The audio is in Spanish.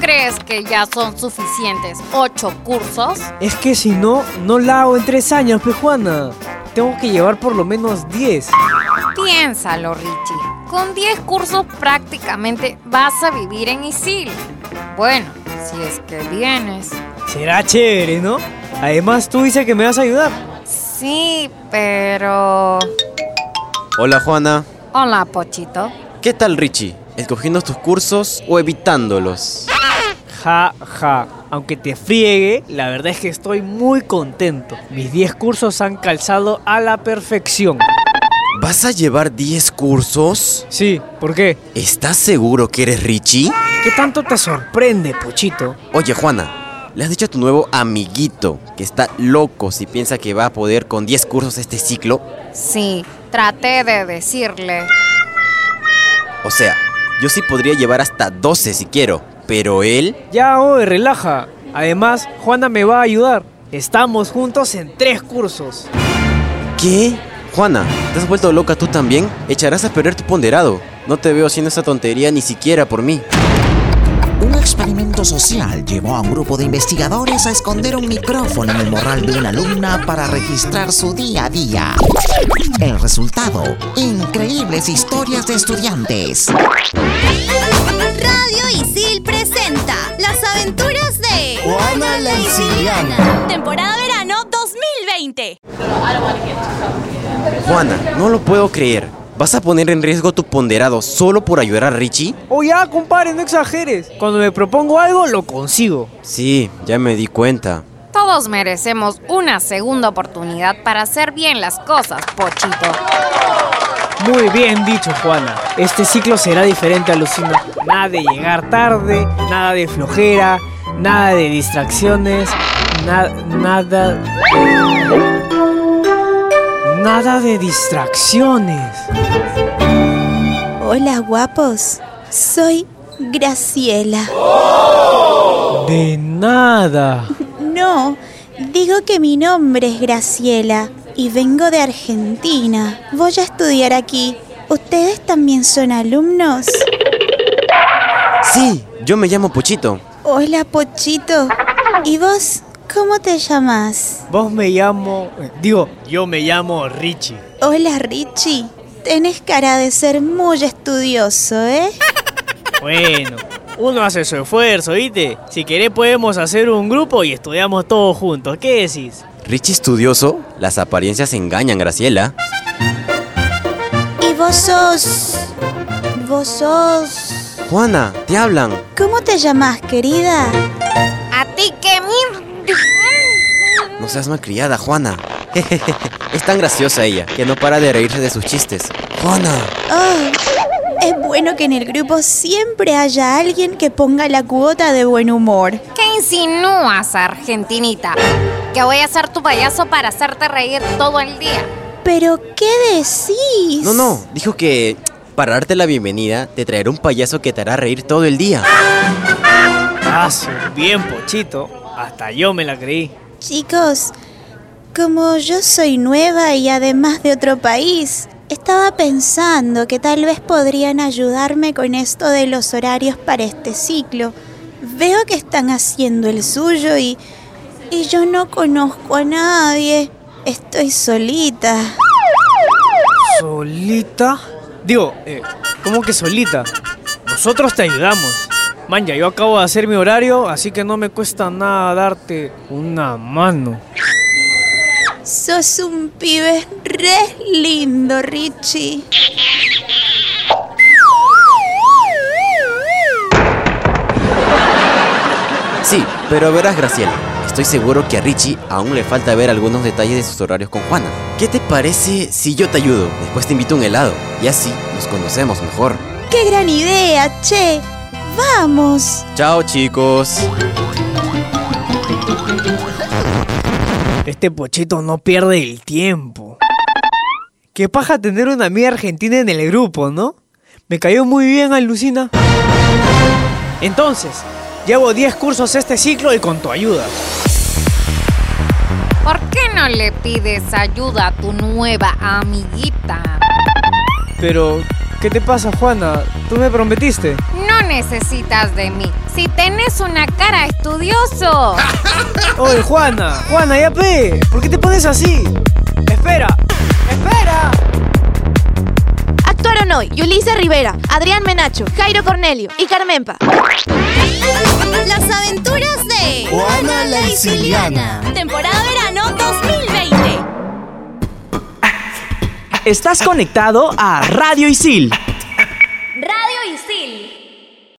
crees que ya son suficientes ocho cursos? Es que si no, no la hago en tres años, pues Juana. Tengo que llevar por lo menos 10. Piénsalo, Richie. Con 10 cursos prácticamente vas a vivir en Isil. Bueno, si es que vienes. Será chévere, ¿no? Además, tú dices que me vas a ayudar. Sí, pero... Hola Juana, Hola, Pochito. ¿qué tal Richie? ¿Escogiendo tus cursos o evitándolos? Ja, ja. Aunque te friegue, la verdad es que estoy muy contento. Mis 10 cursos han calzado a la perfección. ¿Vas a llevar 10 cursos? Sí, ¿por qué? ¿Estás seguro que eres Richie? ¿Qué tanto te sorprende, Puchito? Oye Juana, le has dicho a tu nuevo amiguito que está loco si piensa que va a poder con 10 cursos este ciclo. Sí, traté de decirle. O sea, yo sí podría llevar hasta 12 si quiero, pero él... Ya, oye, relaja. Además, Juana me va a ayudar. Estamos juntos en tres cursos. ¿Qué? Juana, ¿te has vuelto loca tú también? Echarás a perder tu ponderado. No te veo haciendo esa tontería ni siquiera por mí. Un experimento social llevó a un grupo de investigadores a esconder un micrófono en el morral de una alumna para registrar su día a día. El resultado, increíbles historias de estudiantes. Radio Isil presenta Las aventuras de Juana la Isiliana. Temporada verano 2020. Juana, no lo puedo creer. ¿Vas a poner en riesgo tu ponderado solo por ayudar a Richie? Oh, ya, compadre, no exageres. Cuando me propongo algo, lo consigo. Sí, ya me di cuenta. Todos merecemos una segunda oportunidad para hacer bien las cosas, Pochito. Muy bien dicho, Juana. Este ciclo será diferente a Lucina. Nada de llegar tarde, nada de flojera, nada de distracciones, na- nada... Nada de distracciones. Hola guapos, soy Graciela. De nada. No, digo que mi nombre es Graciela y vengo de Argentina. Voy a estudiar aquí. ¿Ustedes también son alumnos? Sí, yo me llamo Puchito. Hola Pochito. ¿Y vos cómo te llamas? Vos me llamo... eh, Digo, yo me llamo Richie. Hola Richie. Tenés cara de ser muy estudioso, ¿eh? Bueno, uno hace su esfuerzo, ¿viste? Si querés podemos hacer un grupo y estudiamos todos juntos. ¿Qué decís? Richie estudioso, las apariencias engañan, Graciela. ¿Y vos sos... vos sos... Juana, te hablan. ¿Cómo te llamás, querida? A ti que mir... No seas malcriada, Juana. es tan graciosa ella que no para de reírse de sus chistes. Juana, Oh, es bueno que en el grupo siempre haya alguien que ponga la cuota de buen humor. ¿Qué insinúas, argentinita? Que voy a ser tu payaso para hacerte reír todo el día. Pero, ¿qué decís? No, no, dijo que para darte la bienvenida te traerá un payaso que te hará reír todo el día. Ah, sí, bien pochito. Hasta yo me la creí. Chicos, como yo soy nueva y además de otro país, estaba pensando que tal vez podrían ayudarme con esto de los horarios para este ciclo. Veo que están haciendo el suyo y... y yo no conozco a nadie. Estoy solita. ¿Solita? Digo, eh, ¿cómo que solita? Nosotros te ayudamos. Manja, yo acabo de hacer mi horario, así que no me cuesta nada darte una mano. Sos un pibe re lindo, Richie. Sí, pero verás, Graciela. Estoy seguro que a Richie aún le falta ver algunos detalles de sus horarios con Juana. ¿Qué te parece si yo te ayudo? Después te invito a un helado y así nos conocemos mejor. ¡Qué gran idea, che! ¡Vamos! Chao, chicos. Este pochito no pierde el tiempo. Qué paja tener una amiga argentina en el grupo, ¿no? Me cayó muy bien Alucina. Entonces, llevo 10 cursos este ciclo y con tu ayuda. ¿Por qué no le pides ayuda a tu nueva amiguita? Pero, ¿Qué te pasa, Juana? Tú me prometiste. No necesitas de mí. Si tenés una cara estudioso. Oye, Juana, Juana, ya pe. ¿Por qué te pones así? Espera, espera. Actuaron hoy Yulisa Rivera, Adrián Menacho, Jairo Cornelio y Carmenpa. Las aventuras de Juana la Siciliana. Temporada verano 2020. Estás conectado a Radio Isil.